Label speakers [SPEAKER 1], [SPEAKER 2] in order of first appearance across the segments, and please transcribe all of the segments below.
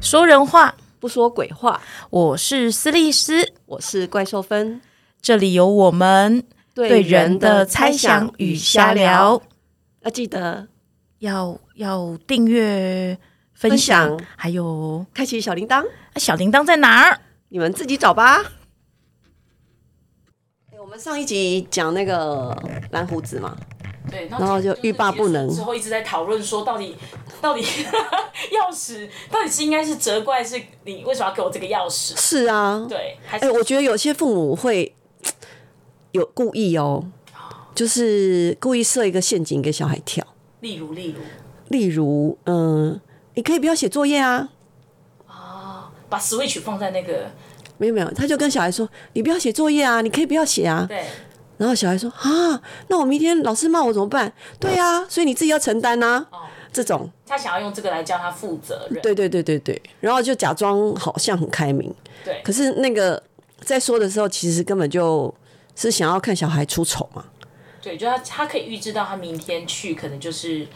[SPEAKER 1] 说人话，
[SPEAKER 2] 不说鬼话。
[SPEAKER 1] 我是斯利斯，
[SPEAKER 2] 我是怪兽芬，
[SPEAKER 1] 这里有我们对人的猜想与瞎聊。，
[SPEAKER 2] 要记得
[SPEAKER 1] 要要订阅、分
[SPEAKER 2] 分
[SPEAKER 1] 享，
[SPEAKER 2] 享，
[SPEAKER 1] 还有
[SPEAKER 2] 开启小铃铛，
[SPEAKER 1] 啊小铃铛在哪儿？
[SPEAKER 2] 你们自己找吧。哎我们上一集讲那个蓝胡子嘛，
[SPEAKER 3] 对，
[SPEAKER 2] 然后就
[SPEAKER 3] 就是
[SPEAKER 2] 欲罢不能
[SPEAKER 3] 结束之后一直在讨论说，到底 到底钥匙到底是应该是责怪是你为什么要给我这个钥匙？
[SPEAKER 2] 是啊，
[SPEAKER 3] 对，还是、
[SPEAKER 2] 哎、我觉得有些父母会有故意哦，就是故意设一个陷阱给小孩跳。
[SPEAKER 3] 例如例如
[SPEAKER 2] 例如，嗯，你可以不要写作业啊，
[SPEAKER 3] 把 Switch 放在那个
[SPEAKER 2] 没有没有，他就跟小孩说，你不要写作业啊，你可以不要写啊。
[SPEAKER 3] 对
[SPEAKER 2] 然后小孩说啊，那我明天老师骂我怎么办？对啊，所以你自己要承担呐、啊。
[SPEAKER 3] 哦，
[SPEAKER 2] 这种，
[SPEAKER 3] 他想要用这个来叫他负责任。
[SPEAKER 2] 对对对对对，然后就假装好像很开明，
[SPEAKER 3] 对
[SPEAKER 2] 可是那个在说的时候，其实根本就是想要看小孩出丑嘛，
[SPEAKER 3] 对，就他他可以预知到他明天去可能就是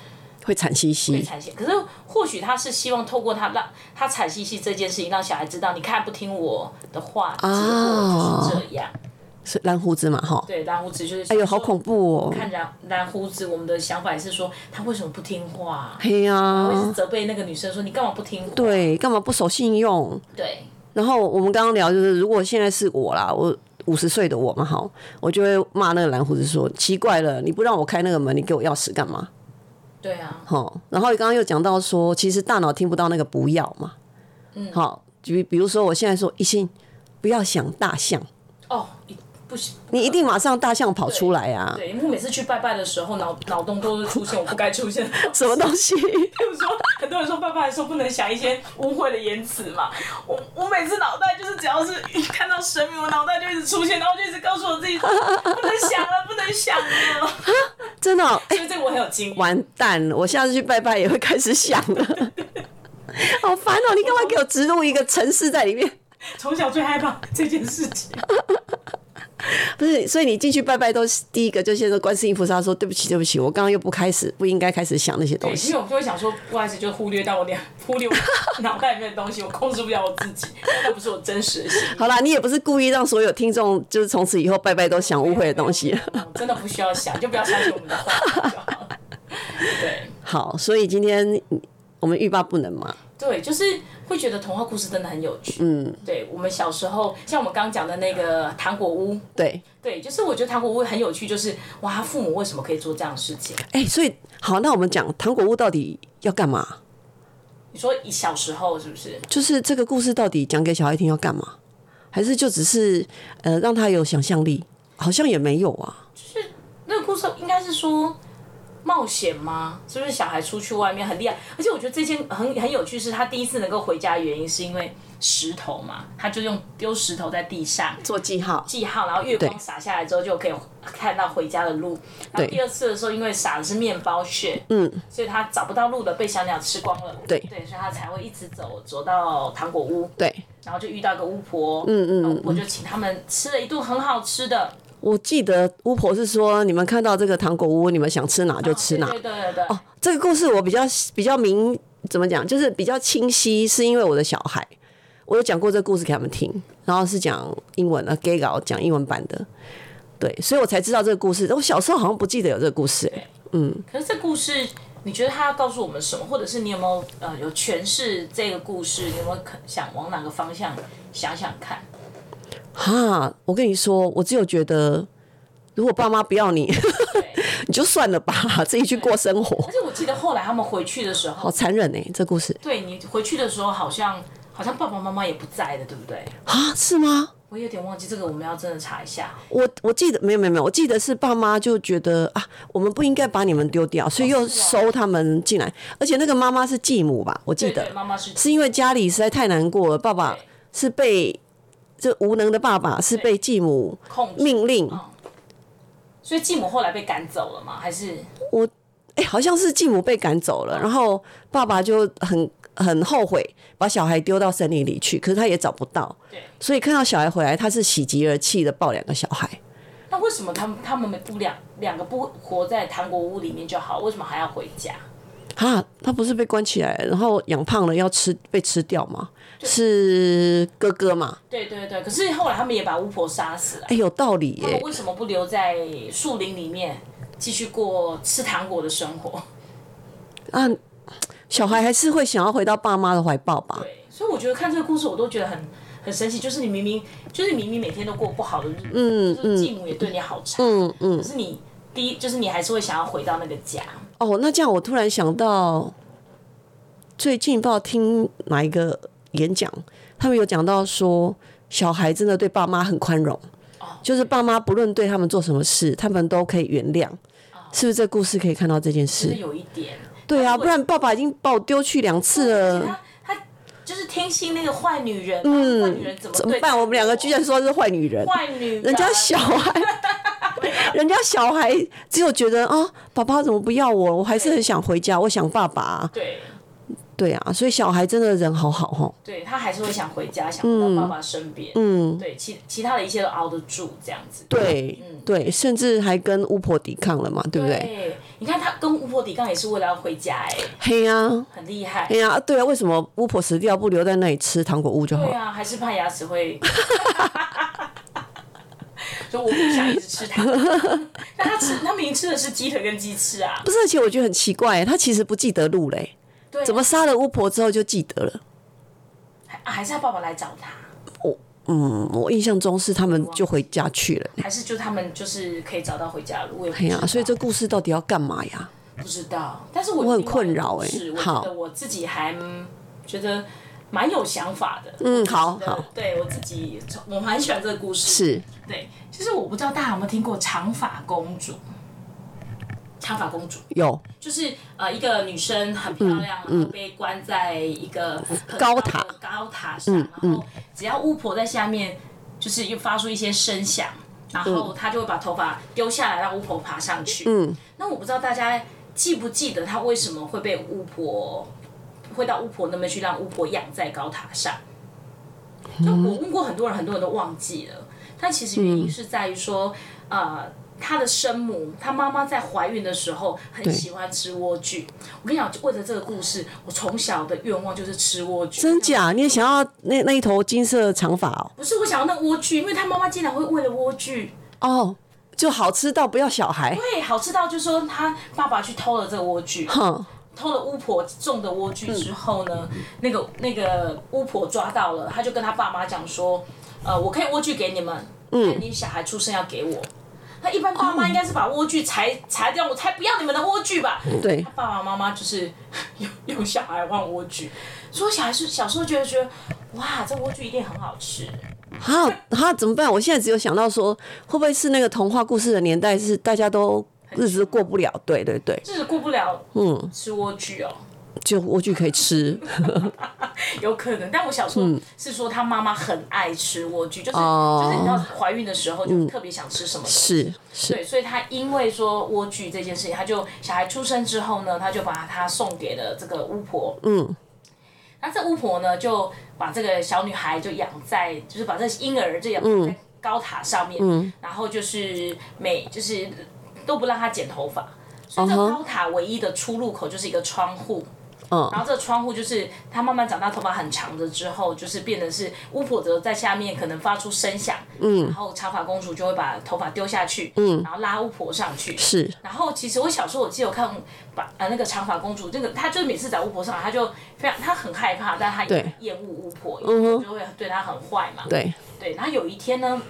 [SPEAKER 2] 会惨兮
[SPEAKER 3] 被
[SPEAKER 2] 兮。
[SPEAKER 3] 产线，可是或许他是希望透过他让他产信息这件事情让小孩知道，你看不听我的话，结
[SPEAKER 2] 哦
[SPEAKER 3] 果就是这样。
[SPEAKER 2] 是蓝胡子嘛，哈，
[SPEAKER 3] 对，蓝胡子就是
[SPEAKER 2] 哎
[SPEAKER 3] 哎
[SPEAKER 2] 呦，好恐怖哦！
[SPEAKER 3] 看蓝蓝胡子，我们的想法也是说他为什么不听话？
[SPEAKER 2] 嘿呀、
[SPEAKER 3] 我一直责备那个女生说你干嘛不听话？
[SPEAKER 2] 哎对，干嘛不守信用？
[SPEAKER 3] 对
[SPEAKER 2] 然后我们刚刚聊，就是如果现在是我啦，我五十岁的我嘛，哈，我就会骂那个蓝胡子说：“奇怪了，你不让我开那个门，你给我钥匙干嘛
[SPEAKER 3] 对啊？”，
[SPEAKER 2] 哈，哦然后刚刚又讲到说，其实大脑听不到那个“不要”嘛，嗯，好，比比如说我现在说一心不要想大象，
[SPEAKER 3] 哦，一不行，
[SPEAKER 2] 你一定马上大象跑出来啊，
[SPEAKER 3] 对，因为我每次去拜拜的时候，脑脑洞都是出现我不该出现的。
[SPEAKER 2] 什么东西？
[SPEAKER 3] 比如说，很多人说拜拜的时候不能想一些污秽的言辞嘛。我我每次脑袋就是只要是一看到神明，我脑袋就一直出现，然后就一直告诉我自己说不能想了，不能想了。
[SPEAKER 2] 真的哦、哎
[SPEAKER 3] 所以这个我很有经验。
[SPEAKER 2] 完蛋了，我下次去拜拜也会开始想了， 好烦哦！你干嘛给我植入一个城市在里面？
[SPEAKER 3] 从小最害怕这件事情。
[SPEAKER 2] 不是，所以你进去拜拜都是第一个就先说观世音菩萨说对不起，对不起，我刚刚又不开始，不应该开始想那些
[SPEAKER 3] 对，
[SPEAKER 2] 东
[SPEAKER 3] 因
[SPEAKER 2] 西。
[SPEAKER 3] 为我就会想说，不好意思，就忽略到我两忽 略我脑袋里面的东西，我控制不了我自己，那不是我真实的心。
[SPEAKER 2] 好啦，你也不是故意让所有听众就是从此以后拜拜都想误会的东西。
[SPEAKER 3] 嗯真的不需要想，就不要相信我们的话就好了。对
[SPEAKER 2] 好，所以今天我们欲罢不能嘛。
[SPEAKER 3] 对，就是会觉得童话故事真的很有趣。嗯，对我们小时候，像我们刚刚讲的那个糖果屋，
[SPEAKER 2] 对，
[SPEAKER 3] 对，就是我觉得糖果屋很有趣，就是哇，他父母为什么可以做这样的事情？
[SPEAKER 2] 哎、所以好，那我们讲糖果屋到底要干嘛？
[SPEAKER 3] 你说以小时候是不是？
[SPEAKER 2] 就是这个故事到底讲给小孩听要干嘛？还是就只是呃让他有想象力？好像也没有啊。
[SPEAKER 3] 那个故事应该是说冒险吗？是不是小孩出去外面很厉害？而且我觉得这件很很有趣，是他第一次能够回家的原因是因为石头嘛，他就用丢石头在地上。
[SPEAKER 2] 做记号，
[SPEAKER 3] 记号，然后月
[SPEAKER 2] 对
[SPEAKER 3] 光洒下来之后就可以看到回家的路。然
[SPEAKER 2] 对
[SPEAKER 3] 后第二次的时候，因为撒的是面包屑，
[SPEAKER 2] 嗯，
[SPEAKER 3] 所以他找不到路了，被小鸟吃光了。
[SPEAKER 2] 对
[SPEAKER 3] 对，所以他才会一直走走到糖果屋，
[SPEAKER 2] 对，
[SPEAKER 3] 然后就遇到一个巫婆，嗯嗯，巫婆就请他们吃了一顿很好吃的，
[SPEAKER 2] 我记得巫婆是说，你们看到这个糖果屋，你们想吃哪就吃哪。
[SPEAKER 3] 对对对对对，
[SPEAKER 2] 哦，这个故事我比较比较明，怎么讲，就是比较清晰，是因为我的小孩，我有讲过这个故事给他们听，然后是讲英文的 gay 稿，讲英文版的，对，所以我才知道这个故事。我小时候好像不记得有这个故事、欸，
[SPEAKER 3] 可是这故事，你觉得他要告诉我们什么，或者是你有没有呃有诠释这个故事？你有没有可想往哪个方向想想看？
[SPEAKER 2] 哈，我跟你说，我只有觉得，如果爸妈不要你，
[SPEAKER 3] 对，
[SPEAKER 2] 你就算了吧，自己去过生活
[SPEAKER 3] 而，且我记得后来他们回去的时
[SPEAKER 2] 好
[SPEAKER 3] 候，
[SPEAKER 2] 残忍哎、欸，这故事
[SPEAKER 3] 对你回去的时候好像好像爸爸妈妈也不在的，对不对？
[SPEAKER 2] 啊，是吗？
[SPEAKER 3] 我有点忘记这个，我们要真的查一下。
[SPEAKER 2] 我我记得没有没有没有，我记得是爸妈就觉得啊，我们不应该把你们丢
[SPEAKER 3] 哦
[SPEAKER 2] 掉，所以又
[SPEAKER 3] 啊
[SPEAKER 2] 收他们进来。而且那个妈妈是继母吧？我记
[SPEAKER 3] 对
[SPEAKER 2] 得
[SPEAKER 3] 对，妈妈是
[SPEAKER 2] 是因为家里实在太难过了，爸爸
[SPEAKER 3] 对
[SPEAKER 2] 是被这无能的爸爸是被继母
[SPEAKER 3] 控制，嗯
[SPEAKER 2] 命令，
[SPEAKER 3] 所以继母后来被赶走了嘛？还是
[SPEAKER 2] 哎、好像是继母被赶走
[SPEAKER 3] 哦
[SPEAKER 2] 了，然后爸爸就很很后悔，把小孩丢到森林里去，可是他也找不到，
[SPEAKER 3] 对？
[SPEAKER 2] 所以看到小孩回来，他是喜极而泣的抱两个小孩。
[SPEAKER 3] 那为什么他们他们不两两个不活在糖果屋里面就好？为什么还要回家？
[SPEAKER 2] 哈，他不是被关起来，然后养胖了要吃被吃掉吗？是哥哥嘛？
[SPEAKER 3] 对对对，可是后来他们也把巫婆杀死了。
[SPEAKER 2] 哎，有道理耶、
[SPEAKER 3] 他们为什么不留在树林里面继续过吃糖果的生活？哦
[SPEAKER 2] 啊，小孩还是会想要回到爸妈的怀抱吧？
[SPEAKER 3] 对，所以我觉得看这个故事，我都觉得很很神奇。就是你明明就是明明每天都过不好的日子，嗯就是继母也对你好差，嗯嗯，可是你第一就是你还是会想要回到那个家。
[SPEAKER 2] 哦，那这样我突然想到，最近不知道听哪一个演讲，他们有讲到说，小孩真的对爸妈很宽容，
[SPEAKER 3] 哦
[SPEAKER 2] 就是爸妈不论对他们做什么事，他们都可以原谅。是不是这故事可以看到这件
[SPEAKER 3] 就是
[SPEAKER 2] 事？
[SPEAKER 3] 有一点，
[SPEAKER 2] 对
[SPEAKER 3] 哦
[SPEAKER 2] 啊，
[SPEAKER 3] 如果
[SPEAKER 2] 不然爸爸已经把我丢去两次了
[SPEAKER 3] 他，他就是天性那个坏女人，嗯，坏女人怎么
[SPEAKER 2] 怎
[SPEAKER 3] 怎
[SPEAKER 2] 么办？我们两个居然说是坏女人，
[SPEAKER 3] 坏女人，啊
[SPEAKER 2] 人家 小孩，人家小孩只有觉得啊，爸爸怎么不要我？我还是很想回家，我想爸爸啊。
[SPEAKER 3] 对
[SPEAKER 2] 对啊，所以小孩真的人好好哦。
[SPEAKER 3] 对，他还是会想回家，想回到爸爸身边，
[SPEAKER 2] 嗯，
[SPEAKER 3] 对，其其他的一切都熬得住这样子，
[SPEAKER 2] 对对，甚至还跟巫婆抵抗了嘛，对不对？
[SPEAKER 3] 嗯对，你看他跟巫婆抵抗也是为了要回家、哎，
[SPEAKER 2] 嘿呀，
[SPEAKER 3] 很厉害
[SPEAKER 2] 哎。呀，对啊，为什么巫婆死掉不留在那里吃糖果屋就好
[SPEAKER 3] 对
[SPEAKER 2] 了？
[SPEAKER 3] 啊，还是怕牙齿 会。就我不想一直吃它，但他吃，他明明吃的是鸡腿跟鸡翅啊。
[SPEAKER 2] 不是，而且我觉得很奇怪，他其实不记得路嘞，
[SPEAKER 3] 对啊，
[SPEAKER 2] 怎么杀了巫婆之后就记得了？
[SPEAKER 3] 还啊还是他爸爸来找他？
[SPEAKER 2] 嗯，我印象中是他们就回家去了。
[SPEAKER 3] 还是就他们就是可以找到回家的路？我也不
[SPEAKER 2] 哎
[SPEAKER 3] 知道
[SPEAKER 2] 呀，所以这故事到底要干嘛呀？
[SPEAKER 3] 不知道。但是我
[SPEAKER 2] 我很
[SPEAKER 3] 另外
[SPEAKER 2] 困扰哎
[SPEAKER 3] 是我
[SPEAKER 2] 好
[SPEAKER 3] 觉得我自己还嗯觉得蛮有想法的。
[SPEAKER 2] 嗯，好
[SPEAKER 3] 我觉得
[SPEAKER 2] 好，
[SPEAKER 3] 对我自己，我蛮喜欢这个故事。
[SPEAKER 2] 是
[SPEAKER 3] 对，其实我不知道大家有没有听过长发公主。长发公主
[SPEAKER 2] 有
[SPEAKER 3] 就是呃，一个女生很漂亮，然后被关在一个很
[SPEAKER 2] 嗯高
[SPEAKER 3] 高
[SPEAKER 2] 塔嗯
[SPEAKER 3] 的高塔上，然后只要巫婆在下面，就是又发出一些声响，然
[SPEAKER 2] 嗯
[SPEAKER 3] 后她就会把头发丢下来，让巫婆爬上去。嗯，那我不知道大家记不记得她为什么会被巫婆会到巫婆那边去，让巫婆养在高塔上。
[SPEAKER 2] 嗯
[SPEAKER 3] 就我问过很多人，很多人都忘记了。但其实原因是在于说，呃，她的生母，她妈妈在怀孕的时候很喜欢吃莴苣。我跟你讲，为了这个故事，我从小的愿望就是吃莴苣。
[SPEAKER 2] 真假？你也想要那那一头金色长发哦？
[SPEAKER 3] 不是我想要那个莴苣，因为她妈妈竟然会为了莴苣，
[SPEAKER 2] 哦，就好吃到不要小孩，
[SPEAKER 3] 对，好吃到就说她爸爸去偷了这个莴苣，
[SPEAKER 2] 哼，
[SPEAKER 3] 偷了巫婆种的莴苣之后呢，那个那个巫婆抓到了，她就跟她爸妈讲说，呃，我可以莴苣给你们，嗯，你小孩出生要给我。那一般爸妈应该是把莴苣裁裁掉，我才不要你们的莴苣吧。
[SPEAKER 2] 对
[SPEAKER 3] 他，爸爸妈妈就是 用用小孩换莴苣，所以小孩是小时候觉得觉得，哇，这莴苣一定很好吃。
[SPEAKER 2] 哈哈，怎么办？我现在只有想到说，会不会是那个童话故事的年代，是大家都日子过不了？对对对，
[SPEAKER 3] 日子过不了，嗯，吃莴苣哦，
[SPEAKER 2] 就莴苣可以吃，
[SPEAKER 3] 有可能。但我小时候是说他妈妈很爱吃莴苣，就是、
[SPEAKER 2] 哦
[SPEAKER 3] 就是你知道怀孕的时候就特别想吃什么东西。
[SPEAKER 2] 是是，
[SPEAKER 3] 对，所以他因为说莴苣这件事情，他就小孩出生之后呢，他就把他送给了这个巫婆。嗯，那这巫婆呢，就把这个小女孩就养在，就是把这婴儿就养在高塔上面，嗯、然后就是每就是都不让她剪头发。所以这
[SPEAKER 2] 嗯
[SPEAKER 3] 个
[SPEAKER 2] 哼
[SPEAKER 3] 高塔唯一的出入口就是一个窗户，然
[SPEAKER 2] 嗯，
[SPEAKER 3] 后这个窗户就是她慢慢长大，头发很长了之后，就是变得是巫婆则在下面可能发出声响，嗯，然后长发公主就会把头发丢下去，嗯，然后拉巫婆上去。
[SPEAKER 2] 是
[SPEAKER 3] 然后其实我小时候我记得我看把呃那个长发公主，那个她就是每次找巫婆上来，她就非常她很害怕，但她
[SPEAKER 2] 对嗯
[SPEAKER 3] 也厌恶巫婆，因为巫婆就会对她很坏嘛，
[SPEAKER 2] 对，
[SPEAKER 3] 对，然后有一天呢，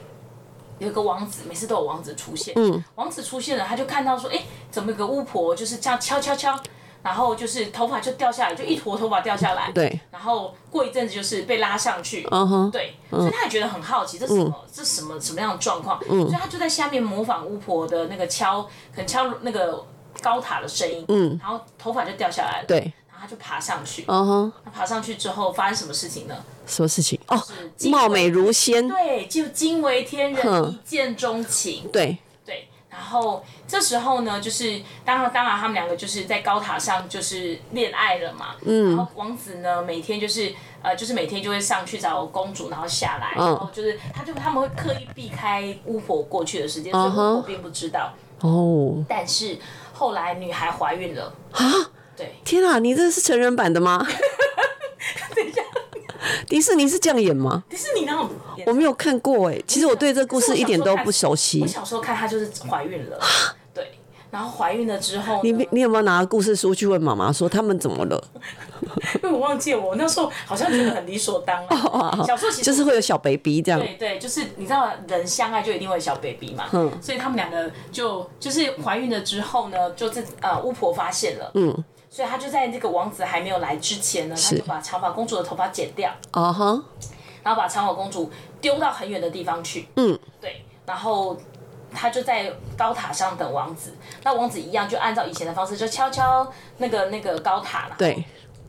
[SPEAKER 3] 有一个王子，每次都有王子出现。嗯，王子出现了，他就看到说，哎，怎么有个巫婆就是这样敲敲敲，然后就是头发就掉下来，就一坨头发掉下来。
[SPEAKER 2] 对，
[SPEAKER 3] 然后过一阵子就是被拉上去。
[SPEAKER 2] 嗯哼，
[SPEAKER 3] 对，所以他也觉得很好奇，这是什么？这是什么什么样的状况？
[SPEAKER 2] 嗯
[SPEAKER 3] 所以他就在下面模仿巫婆的那个敲，可能敲那个高塔的声音。嗯，然后头发就掉下来了。，
[SPEAKER 2] 对，
[SPEAKER 3] 然后他就爬上去。
[SPEAKER 2] 嗯哼，
[SPEAKER 3] 他爬上去之后发生什么事情呢？
[SPEAKER 2] 什么事情？哦，
[SPEAKER 3] 是惊
[SPEAKER 2] 貌美
[SPEAKER 3] 为
[SPEAKER 2] 如仙，
[SPEAKER 3] 对，就惊为天人，
[SPEAKER 2] 哼
[SPEAKER 3] 一见钟情。
[SPEAKER 2] 对，
[SPEAKER 3] 对，然后这时候呢，就是当然当然他们两个就是在高塔上就是恋爱了嘛。嗯。然后王子呢，每天就是呃，就是每天就会上去找公主，然后下来，
[SPEAKER 2] 嗯
[SPEAKER 3] 然后就是他就他们会刻意避开巫婆过去的时间，所以巫
[SPEAKER 2] 嗯哼
[SPEAKER 3] 婆并不知道。
[SPEAKER 2] 哦，啊
[SPEAKER 3] 但是后来女孩怀孕了，对，
[SPEAKER 2] 天啊，你这是成人版的 吗？
[SPEAKER 3] 等一下，
[SPEAKER 2] 迪士尼是这样演吗？
[SPEAKER 3] 迪士尼那种演
[SPEAKER 2] 我没有看过哎、其实我对这故事一点都不熟悉
[SPEAKER 3] 我。小时候看她就是怀孕了，对，然后怀孕了之后呢，
[SPEAKER 2] 啊你你有没有拿故事书去问妈妈说他们怎么了？
[SPEAKER 3] 因为我忘记我那时候好像觉得很理所当 然。小时候其实
[SPEAKER 2] 哦就是会有小 baby 这样。
[SPEAKER 3] 对对，就是你知道人相爱就一定会有小 baby 嘛，
[SPEAKER 2] 嗯
[SPEAKER 3] 所以他们两个就就是怀孕了之后呢，就是呃巫婆发现了，嗯，所以她就在这个王子还没有来之前呢，她就把长发公主的头发剪掉，
[SPEAKER 2] 啊哈，
[SPEAKER 3] 然后把长发公主丢到很远的地方去，嗯，对，然后。她就在高塔上等王子，那王子一样就按照以前的方式，就敲敲那个那个高塔了。
[SPEAKER 2] 对，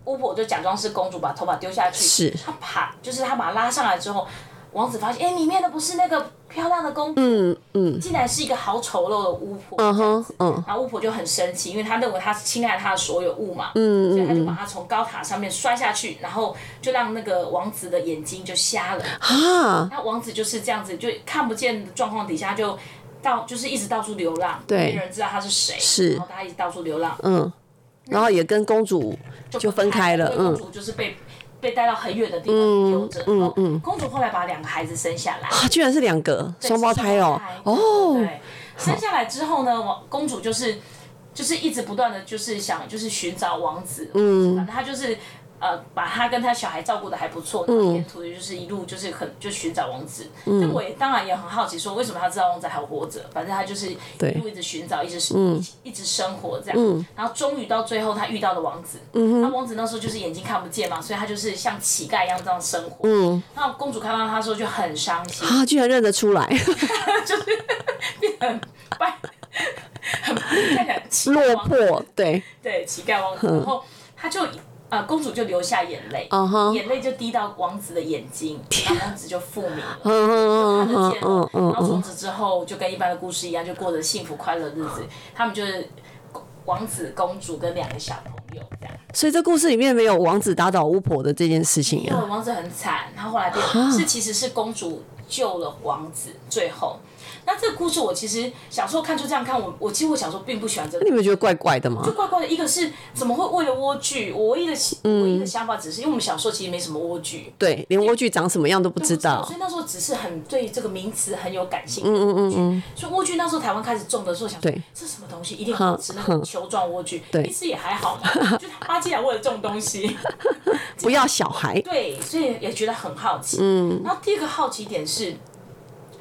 [SPEAKER 3] 巫婆就假装是公主，把头发丢下去。
[SPEAKER 2] 是
[SPEAKER 3] 她爬，就是她把她拉上来之后，王子发现，哎、里面的不是那个漂亮的公主，嗯嗯，竟然是一个好丑陋的巫婆。
[SPEAKER 2] 嗯哼，嗯，
[SPEAKER 3] 然后巫婆就很生气，因为她认为她侵害她的所有物嘛，嗯，所以她就把她从高塔上面摔下去，然后就让那个王子的眼睛就瞎了。
[SPEAKER 2] 啊，
[SPEAKER 3] 那王子就是这样子，就看不见的状况底下就到就是一直到处流浪，
[SPEAKER 2] 对
[SPEAKER 3] 没人知道他是谁，
[SPEAKER 2] 是
[SPEAKER 3] 然后他一直到处流浪，
[SPEAKER 2] 嗯，然后也跟公主就分开了，
[SPEAKER 3] 因为公。
[SPEAKER 2] 嗯
[SPEAKER 3] 主就是被被带到很远的地方丢着，嗯嗯，公主后来把两个孩子生下来，
[SPEAKER 2] 啊，居然是两个双胞胎哦！
[SPEAKER 3] 对
[SPEAKER 2] 哦，
[SPEAKER 3] 对，生下来之后呢，王公主就是就是一直不断的就是想就是寻找王子，嗯，反正她就是。呃，把她跟她小孩照顾的还不错，
[SPEAKER 2] 嗯
[SPEAKER 3] 然后沿途就是一路就是很就寻找王子。嗯，但我也当然也很好奇，说为什么她知道王子还活着？反正她就是一路一直寻找，一直嗯一直生活这样。嗯，然后终于到最后，她遇到了王子。嗯，那王子那时候就是眼睛看不见嘛，所以他就是像乞丐一样这样生活。嗯，那公主看到他的时候就很伤心，
[SPEAKER 2] 啊，居然认得出来，
[SPEAKER 3] 拜，很看起来很奇
[SPEAKER 2] 落
[SPEAKER 3] 怪
[SPEAKER 2] 魄，对，
[SPEAKER 3] 对乞丐王子，然后他就呃公主就流下眼泪
[SPEAKER 2] 嗯哼
[SPEAKER 3] 眼泪就滴到王子的眼睛，然后王子就复明了。
[SPEAKER 2] 嗯嗯
[SPEAKER 3] 看得
[SPEAKER 2] 嗯嗯
[SPEAKER 3] 见
[SPEAKER 2] 嗯
[SPEAKER 3] 了，然
[SPEAKER 2] 嗯
[SPEAKER 3] 后从
[SPEAKER 2] 嗯，
[SPEAKER 3] 此之后就跟一般的故事一样，就过着幸福快乐的日子。他们就是王子、公主跟两个小朋友这样。
[SPEAKER 2] 所以这故事里面没有王子打倒巫婆的这件事情
[SPEAKER 3] 因为
[SPEAKER 2] 啊，
[SPEAKER 3] 王子很惨，他后来变是其实是公主救了王子，最后。那这个故事我其实小时候看就这样看，我我其实我小时候并不喜欢这个
[SPEAKER 2] 你们觉得怪怪的吗？
[SPEAKER 3] 怪怪的，一个是怎么会为了莴苣？我唯一的唯一的想法只是因为我们小时候其实没什么莴苣，
[SPEAKER 2] 对，连莴苣长什么样都不知道
[SPEAKER 3] 所以，那时候只是很对这个名词很有感兴趣。嗯嗯嗯所以莴苣那时候台湾开始种的时候，想
[SPEAKER 2] 对
[SPEAKER 3] 这什么东西一定很好吃，那种球状莴苣，
[SPEAKER 2] 对
[SPEAKER 3] 其实也还好嘛。就他巴基亚为了种东西，
[SPEAKER 2] 不要小孩，
[SPEAKER 3] 对，所以也觉得很好奇。嗯，然后第二个好奇点是，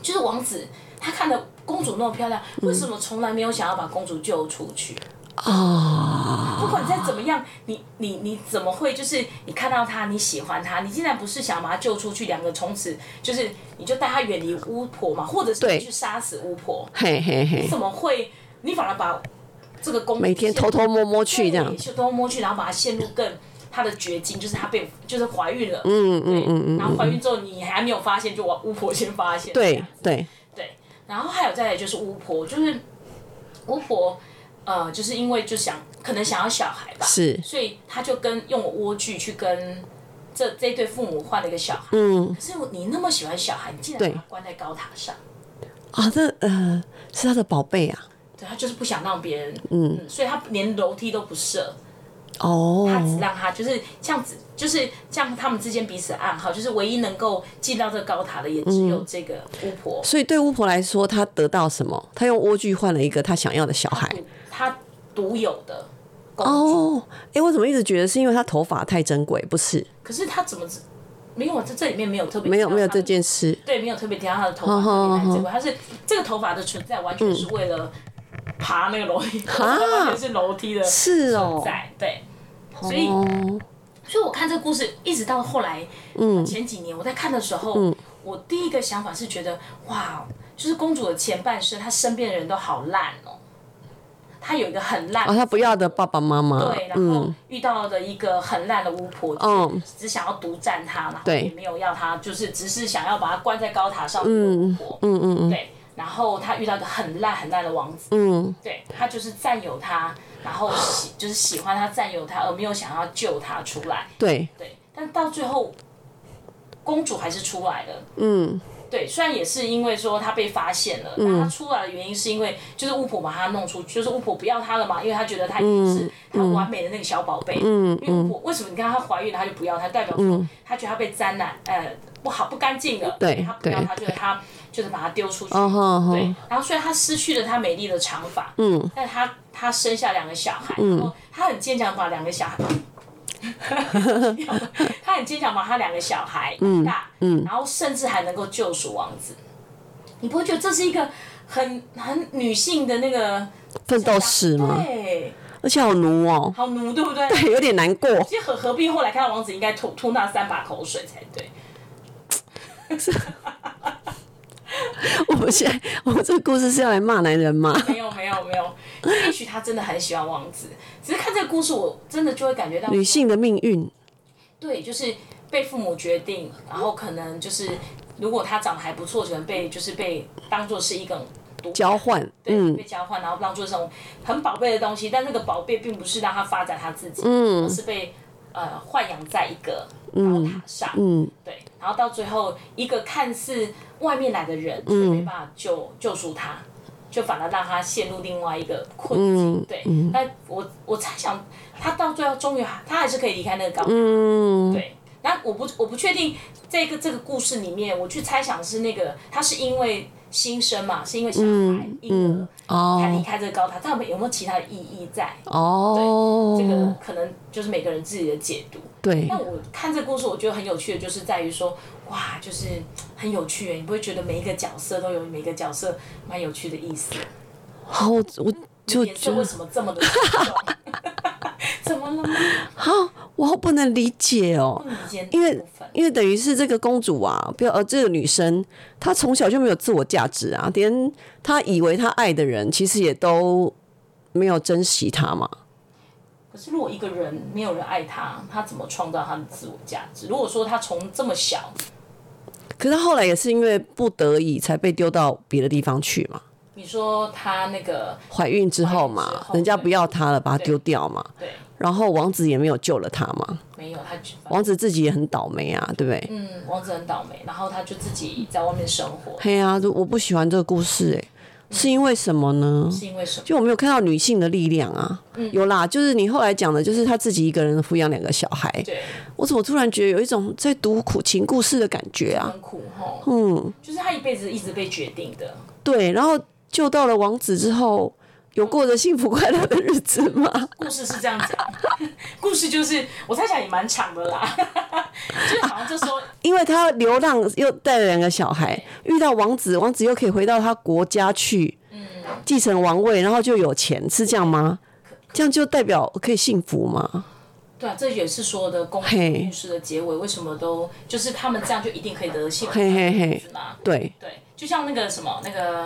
[SPEAKER 3] 就是王子他看着公主那么漂亮，为什么从来没有想要把公主救出去？
[SPEAKER 2] 哦
[SPEAKER 3] 啊、不管再怎么样，你你你怎么会就是你看到她，你喜欢她，你竟然不是想把她救出去，两个从此就是你就带她远离巫婆嘛，或者是
[SPEAKER 2] 对
[SPEAKER 3] 你去杀死巫婆？
[SPEAKER 2] 嘿嘿嘿，
[SPEAKER 3] 怎么会你反而把这个公主
[SPEAKER 2] 每天偷偷摸摸去这样
[SPEAKER 3] 对，就偷偷摸去，然后把她陷入更她的绝境，就是她被就是怀孕了，嗯嗯嗯然后怀孕之后你还没有发现，就我巫婆先发现，
[SPEAKER 2] 对对，
[SPEAKER 3] 对，然后还有再来就是巫婆，就是巫婆，呃，就是因为就想可能想要小孩吧，
[SPEAKER 2] 是
[SPEAKER 3] 所以她就跟用我莴苣去跟。这这对父母换了一个小孩，嗯，可是你那么喜欢小孩，你竟然
[SPEAKER 2] 对
[SPEAKER 3] 把他关在高塔上，
[SPEAKER 2] 啊，这呃是他的宝贝啊，
[SPEAKER 3] 对他就是不想让别人，嗯，所以他连楼梯都不设，他只
[SPEAKER 2] 哦，
[SPEAKER 3] 让他就是这样子，就是这样，他们之间彼此暗号，就是唯一能够进到这个高塔的也只有这个巫婆。
[SPEAKER 2] 所以对巫婆来说，她得到什么？她用莴苣换了一个她想要的小孩。
[SPEAKER 3] 她独有的公主，
[SPEAKER 2] 嗯哦，哎、我怎么一直觉得是因为她头发太珍贵？不是，
[SPEAKER 3] 可是她怎么知没有？这这里面没有特别
[SPEAKER 2] 没有
[SPEAKER 3] 提到
[SPEAKER 2] 没有
[SPEAKER 3] 她
[SPEAKER 2] 这件事。
[SPEAKER 3] 对，没有特别提到她的头
[SPEAKER 2] 嗯
[SPEAKER 3] 发特别来这块，她是这个头发的存在完全是为
[SPEAKER 2] 嗯
[SPEAKER 3] 了爬那个楼梯，完全是楼梯的
[SPEAKER 2] 是哦，
[SPEAKER 3] 在对，所以
[SPEAKER 2] 哦，
[SPEAKER 3] 所以我看这个故事，一直到后来，嗯，前几年我在看的时候，
[SPEAKER 2] 嗯
[SPEAKER 3] 我第一个想法是觉得，哇，就是公主的前半生，她身边的人都好烂哦、她有一个很烂，
[SPEAKER 2] 啊，她不要的爸爸妈妈，
[SPEAKER 3] 对，然后
[SPEAKER 2] 嗯，
[SPEAKER 3] 遇到了一个很烂的巫婆，
[SPEAKER 2] 嗯
[SPEAKER 3] 只想要独占她，然后
[SPEAKER 2] 对
[SPEAKER 3] 也没有要她，就是只是想要把她关在高塔上的巫婆，嗯嗯嗯，对。然后她遇到一个很烂很烂的王子，嗯，对，她就是占有她，然后喜就是喜欢她，占有她，而没有想要救她出来，
[SPEAKER 2] 对，
[SPEAKER 3] 对，但到最后，公主还是出来了。嗯，对，虽然也是因为说他被发现了，但他出来的原因是因为就是巫婆把他弄出去，就是巫婆不要他了嘛，因为他觉得他已经是他完美的那个小宝贝。嗯，因为巫婆为什么你看她怀孕了，她就不要她，代表说她觉得她被沾染呃不好不干净了，
[SPEAKER 2] 对
[SPEAKER 3] 她不要她，就
[SPEAKER 2] 对
[SPEAKER 3] 是她就是把她丢出去。
[SPEAKER 2] 哦吼吼，
[SPEAKER 3] 对，然后虽然她失去了她美丽的长发，嗯，但她她生下两个小孩，然后她很坚强，把两个小孩 他很坚强，把他两个小孩养大，然后甚至还能够救赎王子。你不会觉得这是一个很很女性的那个
[SPEAKER 2] 奋斗史嘛，
[SPEAKER 3] 对，
[SPEAKER 2] 而且好奴哦，
[SPEAKER 3] 好奴，对不对？
[SPEAKER 2] 对，有点难过，
[SPEAKER 3] 其实何何必后来看到王子应该吐吐那三把口水才对。
[SPEAKER 2] 我们现在，我们这个故事是要来骂男人吗？
[SPEAKER 3] 没有没有没有，也许他真的很喜欢王子，只是看这个故事，我真的就会感觉到
[SPEAKER 2] 女性的命运，
[SPEAKER 3] 对，就是被父母决定，然后可能就是如果他长得还不错，可能被就是被当做是一个毒
[SPEAKER 2] 交换，
[SPEAKER 3] 对，
[SPEAKER 2] 嗯，
[SPEAKER 3] 被交换，然后当做这种很宝贝的东西，但那个宝贝并不是让他发展他自己，而是被呃豢养在一个高塔上，
[SPEAKER 2] 嗯嗯
[SPEAKER 3] 对，然后到最后一个看似外面来的人，却
[SPEAKER 2] 嗯
[SPEAKER 3] 没办法救救赎他，就反而让他陷入另外一个困
[SPEAKER 2] 嗯
[SPEAKER 3] 境，对，那我我猜想他到最后终于还他还是可以离开那个高塔，
[SPEAKER 2] 嗯，
[SPEAKER 3] 对，那我不我不确定这个这个故事里面，我去猜想是那个他是因为新生嘛，是因为小
[SPEAKER 2] 嗯
[SPEAKER 3] 孩婴儿。他离
[SPEAKER 2] 哦
[SPEAKER 3] 开这个高塔，他们有没有其他的意义在？这个
[SPEAKER 2] 哦，
[SPEAKER 3] 可能就是每个人自己的解读。
[SPEAKER 2] 对
[SPEAKER 3] 那，我看这个故事，我觉得很有趣的，就是在于说，哇，就是很有趣耶，欸你不会觉得每一个角色都有每个角色蛮有趣的意思。
[SPEAKER 2] 好，我我就
[SPEAKER 3] 颜色
[SPEAKER 2] 觉
[SPEAKER 3] 为
[SPEAKER 2] 得，
[SPEAKER 3] 什么这么的 沉重？怎么了吗？
[SPEAKER 2] 好，我好不能理解哦
[SPEAKER 3] 不。理解
[SPEAKER 2] 因为
[SPEAKER 3] 部分
[SPEAKER 2] 因为等于是这个公主啊，不要呃，这个女生她从小就没有自我价值啊，连她以为她爱的人，其实也都没有珍惜她嘛。
[SPEAKER 3] 可是如果一个人没有人爱他，他怎么创造他的自我价值？如果说他从这么小，
[SPEAKER 2] 可是她后来也是因为不得已才被丢到别的地方去嘛，
[SPEAKER 3] 你说他那个
[SPEAKER 2] 怀孕之后
[SPEAKER 3] 怀孕之
[SPEAKER 2] 嘛，
[SPEAKER 3] 后
[SPEAKER 2] 人家不要她了，把她
[SPEAKER 3] 对
[SPEAKER 2] 丢掉嘛。
[SPEAKER 3] 对
[SPEAKER 2] 然后王子也没有救了她嘛，
[SPEAKER 3] 没有他就
[SPEAKER 2] 王子自己也很倒霉啊，对不对？
[SPEAKER 3] 嗯，王子很倒霉，然后他就自己在外面生活，
[SPEAKER 2] 嘿啊，就我不喜欢这个故事、欸，是因为什么呢？
[SPEAKER 3] 嗯是因嗯为什么？
[SPEAKER 2] 就我没有看到女性的力量啊，有啦，就是你后来讲的，就是她自己一个人抚养两个小孩，
[SPEAKER 3] 对，
[SPEAKER 2] 我怎么突然觉得有一种在读苦情故事的感觉啊？
[SPEAKER 3] 很苦吼，
[SPEAKER 2] 嗯，
[SPEAKER 3] 就是他一辈子一直被决定的，
[SPEAKER 2] 对。然后救到了王子之后，有过着幸福快乐的日子吗？
[SPEAKER 3] 故事是这样讲， 故事就是我猜想也蛮长的啦， 就是好像就说
[SPEAKER 2] 因为他流浪又带了两个小孩，遇到王子，王子又可以回到他国家去，继承王位，然后就有钱，是这样吗？这样就代表可以幸福吗？
[SPEAKER 3] 对啊，这也是所有的公
[SPEAKER 2] 嘿
[SPEAKER 3] 故事的结尾，为什么都就是他们这样就一定可以得幸福
[SPEAKER 2] 嘿嘿嘿，
[SPEAKER 3] 是吗？
[SPEAKER 2] 对，
[SPEAKER 3] 对，就像那个什么那个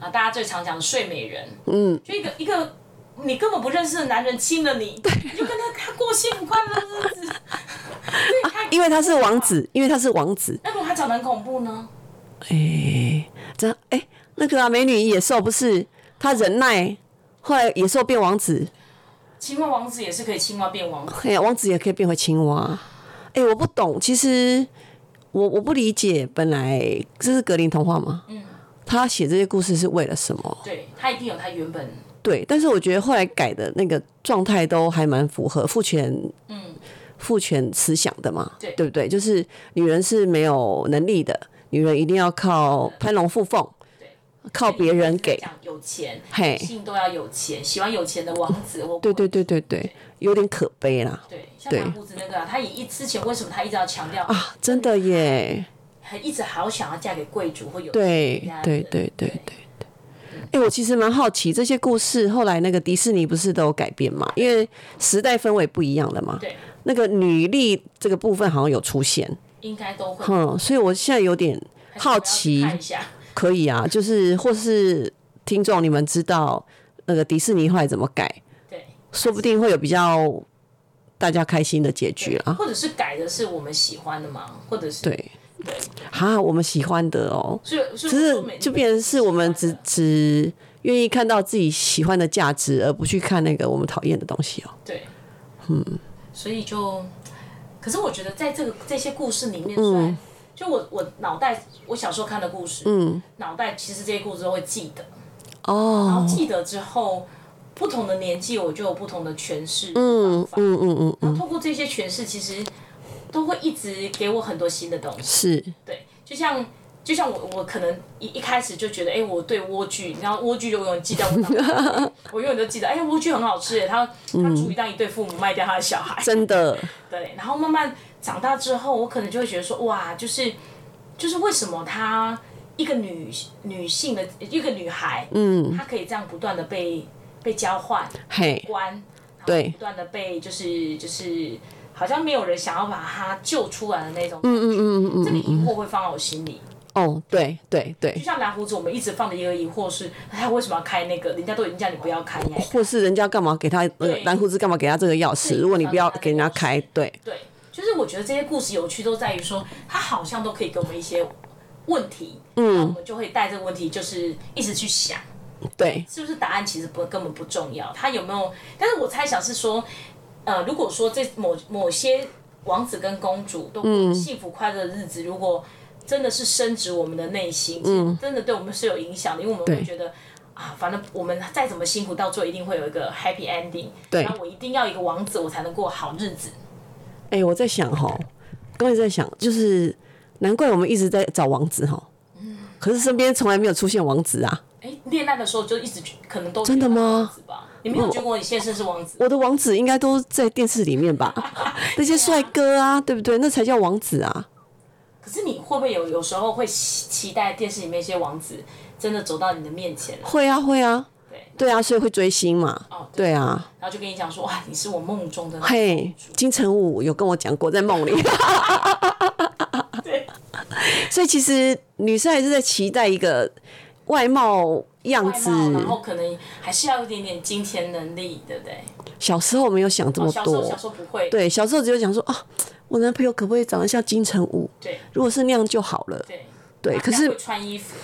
[SPEAKER 3] 啊，大家最常讲的睡美人，嗯，就一个一个你根本不认识的男人亲了你，你就跟他他过幸福快乐的日 子，所以他
[SPEAKER 2] 啊因为他是王子，因为他是王子，
[SPEAKER 3] 那如果他长得很恐怖呢？
[SPEAKER 2] 哎、这样哎、那个啊，美女与野兽不是他忍耐，后来野兽变王子，
[SPEAKER 3] 青蛙王子也是可以青蛙变王子，
[SPEAKER 2] 哎呀，王子也可以变回青蛙。哎、我不懂，其实我我不理解，本来这是格林童话吗？嗯，他写这些故事是为了什么？
[SPEAKER 3] 对他一定有他原本
[SPEAKER 2] 对，但是我觉得后来改的那个状态都还蛮符合父权，嗯，父权思想的嘛，
[SPEAKER 3] 对
[SPEAKER 2] 不对？就是女人是没有能力的，女人一定要靠攀龙附凤，靠别人给，
[SPEAKER 3] 讲有钱，
[SPEAKER 2] 嘿
[SPEAKER 3] 女性都要有钱，喜欢有钱的王子，我
[SPEAKER 2] 对对对对对，有点可悲啦
[SPEAKER 3] 对，像蓝胡子那个啊、他也一之前为什么他一直要强调，
[SPEAKER 2] 啊，真的耶，
[SPEAKER 3] 很一直好想要嫁给贵族或有钱
[SPEAKER 2] 对
[SPEAKER 3] 人家
[SPEAKER 2] 对
[SPEAKER 3] 的
[SPEAKER 2] 对对对对。哎、我其实蛮好奇这些故事，后来那个迪士尼不是都有改编嘛？因为时代氛围不一样了嘛。
[SPEAKER 3] 对，
[SPEAKER 2] 那个女力这个部分好像有出现，
[SPEAKER 3] 应该都会
[SPEAKER 2] 嗯，所以我现在有点好
[SPEAKER 3] 我
[SPEAKER 2] 奇
[SPEAKER 3] 要去，看一下。
[SPEAKER 2] 可以啊，就是或是听众你们知道那个迪士尼后来怎么改，
[SPEAKER 3] 对，
[SPEAKER 2] 说不定会有比较大家开心的结局啦。
[SPEAKER 3] 或者是改的是我们喜欢的嘛，或者是
[SPEAKER 2] 啊对，
[SPEAKER 3] 对，
[SPEAKER 2] 哈，我们喜欢的哦，
[SPEAKER 3] 所以所以
[SPEAKER 2] 只
[SPEAKER 3] 我说每
[SPEAKER 2] 是就变成是我们
[SPEAKER 3] 喜
[SPEAKER 2] 只
[SPEAKER 3] 欢的
[SPEAKER 2] 只愿意看到自己喜欢的价值，而不去看那个我们讨厌的东西哦。
[SPEAKER 3] 对，嗯，
[SPEAKER 2] 嗯
[SPEAKER 3] 所以就，可是我觉得在这个这些故事里面，虽然、就我我脑袋我小时候看的故事，嗯，脑袋其实这些故事都会记得，然后
[SPEAKER 2] 哦，
[SPEAKER 3] 记得之后，不同的年纪我就有不同的诠释
[SPEAKER 2] 嗯
[SPEAKER 3] 方法，
[SPEAKER 2] 嗯嗯嗯嗯，
[SPEAKER 3] 透过这些诠释，其实都会一直给我很多新的东西。
[SPEAKER 2] 是
[SPEAKER 3] 对，就像就像我我可能一一开始就觉得，哎、我对莴苣，然后莴苣就永远记在我脑袋， 我永远都记得，哎、莴苣很好吃耶，他
[SPEAKER 2] 嗯
[SPEAKER 3] 他足以让一对父母卖掉他的小孩。
[SPEAKER 2] 真的，
[SPEAKER 3] 对，然后慢慢长大之后，我可能就会觉得说，哇，就是就是为什么她一个女女性的一个女孩，嗯，她可以这样不断的被被交换
[SPEAKER 2] 嘿，
[SPEAKER 3] 关，然后
[SPEAKER 2] 对
[SPEAKER 3] 不断的被就是就是。好像没有人想要把她救出来的那种，
[SPEAKER 2] 嗯嗯嗯嗯
[SPEAKER 3] 这个
[SPEAKER 2] 嗯，
[SPEAKER 3] 疑惑会放到我心里。
[SPEAKER 2] 哦，对对对
[SPEAKER 3] 就，像蓝胡子，我们一直放的一个疑惑是，哎他为什么要开那个？人家都已经叫你不要开，你哎还开
[SPEAKER 2] 或是人家干嘛给他那个
[SPEAKER 3] 对
[SPEAKER 2] 蓝胡子干嘛给他这个钥匙？
[SPEAKER 3] 对
[SPEAKER 2] 如果你不要给人家开，对，
[SPEAKER 3] 对，就是我觉得这些故事有趣都在于说，他好像都可以给我们一些问题，嗯，我们就会带着问题，就是一直去想，
[SPEAKER 2] 对，
[SPEAKER 3] 是不是答案其实不根本不重要，他有没有？但是我猜想是说，呃，如果说这某某些王子跟公主都过
[SPEAKER 2] 嗯
[SPEAKER 3] 得幸福快乐的日子，如果真的是深植我们的内心，嗯，真的对我们是有影响的，因为我们
[SPEAKER 2] 对
[SPEAKER 3] 会觉得。啊，反正我们再怎么辛苦，到最后一定会有一个 happy ending。
[SPEAKER 2] 对
[SPEAKER 3] 那我一定要一个王子，我才能过好日子。
[SPEAKER 2] 哎、我在想哈，刚才在想，就是难怪我们一直在找王子哈，可是身边从来没有出现王子啊。
[SPEAKER 3] 哎，恋爱的时候就一直觉可能都
[SPEAKER 2] 真的
[SPEAKER 3] 觉得他是
[SPEAKER 2] 吗
[SPEAKER 3] 王子吧？你没有觉得你先生是王子？
[SPEAKER 2] 我的王子应该都在电视里面吧？ 那些帅哥啊，对不对？那才叫王子啊！
[SPEAKER 3] 可是你会不会有有时候会期期待电视里面一些王子真的走到你的面前了？
[SPEAKER 2] 会啊，会啊，
[SPEAKER 3] 对，
[SPEAKER 2] 对啊，所以会追星嘛。
[SPEAKER 3] 哦对
[SPEAKER 2] 对啊，
[SPEAKER 3] 然后就跟你讲说，哇，你是我梦中的那个
[SPEAKER 2] 嘿，金城武有跟我讲过，在梦里。
[SPEAKER 3] 对，
[SPEAKER 2] 所以其实女生还是在期待一个外貌样
[SPEAKER 3] 外
[SPEAKER 2] 子。
[SPEAKER 3] 貌，然后可能还是要有一点点金钱能力，对不对？
[SPEAKER 2] 小时候没有想这么
[SPEAKER 3] 哦小时
[SPEAKER 2] 多，
[SPEAKER 3] 候小时候不会，
[SPEAKER 2] 对，小时候只有想说啊，我男朋友可不可以长得像金城武？
[SPEAKER 3] 对
[SPEAKER 2] 如果是那样就好了。
[SPEAKER 3] 对
[SPEAKER 2] 对，可
[SPEAKER 3] 然后
[SPEAKER 2] 是
[SPEAKER 3] 会穿衣服，